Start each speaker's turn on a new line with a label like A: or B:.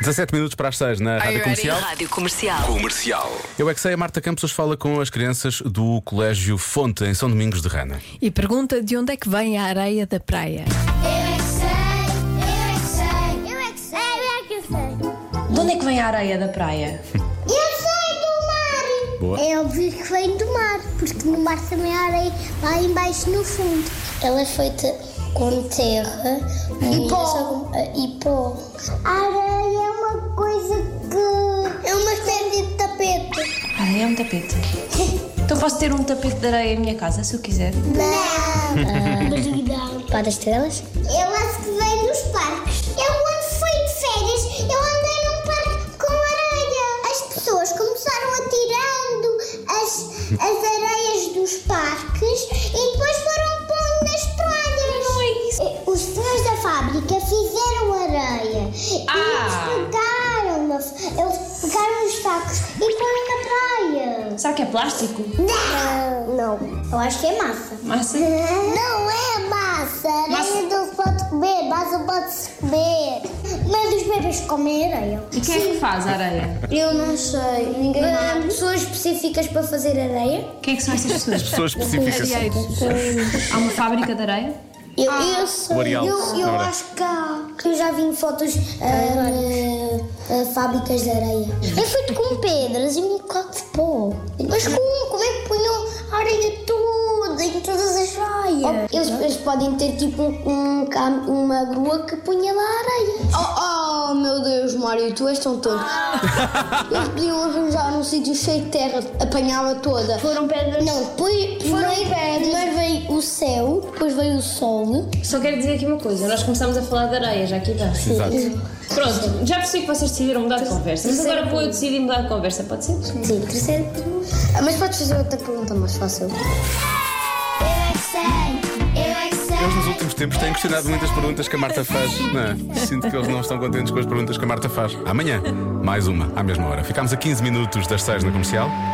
A: 17 minutos para as 6 na Rádio Comercial.
B: Rádio Comercial.
C: Comercial.
A: Eu é que sei, a Marta Campos hoje fala com as crianças do Colégio Fonte, em São Domingos de Rana.
D: E pergunta de onde é que vem a areia da praia.
E: Eu é que sei, eu é que sei, eu é que sei, eu é que sei.
F: De onde é que vem a areia da praia?
E: Eu sei do mar!
A: Boa.
E: Eu vi que vem do mar, porque no mar também há areia lá embaixo no fundo. Ela é feita com terra e pó. e pó. A areia é uma coisa que. É uma espécie de tapete.
F: A areia é um tapete. Então posso ter um tapete de areia em minha casa, se eu quiser.
E: Não! Mas não. Para as estrelas? Eu acho que vem dos parques. Eu quando fui de férias, eu andei num parque com areia. As pessoas começaram a tirando as, as areias dos parques e depois foram pondo nas praias. Não é isso. Os senhores da fábrica fizeram areia
F: Ah.
E: e eles pegaram, eles pegaram os sacos e foram na praia.
F: Será que é plástico?
E: Não! Não, eu acho que é massa.
F: Massa?
E: Não é massa! Areia não se pode comer, massa pode-se comer. Mas os bebês comem areia.
F: E quem é que faz a areia?
E: Eu não sei, ninguém Há pessoas específicas para fazer areia?
F: Quem é que são essas pessoas?
A: Pessoas específicas.
F: Há uma fábrica de areia?
E: Eu, eu sei.
A: O areal,
E: eu
A: na
E: eu
A: verdade.
E: acho que há. Eu já vi em fotos ah, na- ah, fábricas de areia. É feito com pedras e um bocado de pó. Mas como? Como é que punham a areia toda em todas as raias? Eles, podem ter tipo uma grua que punha lá areia. Oh, oh meu Deus, Mário, tu és tão tonto. Eles podiam arranjar um sítio cheio de terra, apanhava toda. Foram pedras? Não, depois foram pedras. Primeiro veio o céu, depois veio o sol.
F: Só quero dizer aqui uma coisa, nós começámos a falar de areia, já aqui dá.
A: Exato.
F: Pronto, já percebi que vocês decidiram mudar de conversa, mas agora vou eu decidir mudar de conversa, pode ser?
E: Sim, terceiro. Ah, Mas podes fazer outra pergunta mais fácil. Eu é que sei, eu é que sei.
A: Eles nos últimos tempos têm questionado muitas perguntas que a Marta faz. Não é? Sinto que eles não estão contentes com as perguntas que a Marta faz. Amanhã, mais uma, à mesma hora. Ficámos a 15 minutos das 6 na comercial.